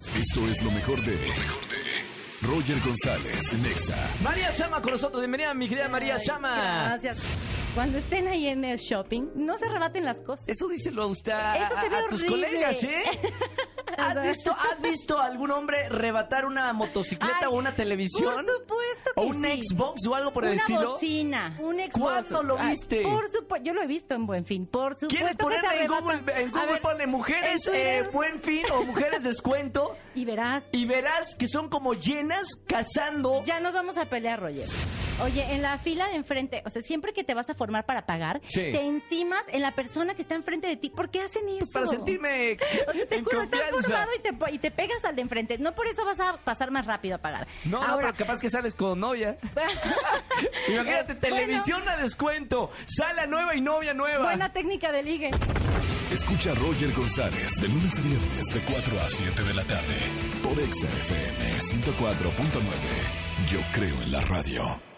Esto es lo mejor de. Roger González, Nexa. María Sama con nosotros. Bienvenida, mi querida María Ay, Sama. Gracias. Cuando estén ahí en el shopping, no se rebaten las cosas. Eso díselo a usted. Eso a, se ve a tus horrible. colegas, ¿eh? ¿Has visto, ¿Has visto algún hombre rebatar una motocicleta Ay, o una televisión? Por supuesto que ¿O un sí. Xbox o algo por el una estilo? bocina, un Xbox. ¿Cuándo lo Ay, viste? por supuesto, yo lo he visto en Buen Fin, por supuesto. ¿Quieres que se ponerle en arrebatan. Google, en A Google ver, ponle mujeres en eh, Twitter, buen fin o mujeres descuento? y verás, Y verás que son como llenas cazando. ya nos vamos a pelear, Roger. Oye, en la fila de enfrente, o sea, siempre que te vas a formar para pagar, Sí. Pues te encimas en la persona que está enfrente de ti. ¿Por qué hacen eso? Para sentirme O sea, te en juro, estás confianza. formado y te, po- y te pegas al de enfrente. No por eso vas a pasar más rápido a pagar. No, no, pero capaz que sales con novia. Imagínate, Eh, Bueno. televisión a descuento, sala nueva y novia nueva. Buena técnica de ligue. Escucha a Roger González de lunes a viernes de 4 a 7 de la tarde por Exa FM 104.9. Yo creo en la radio.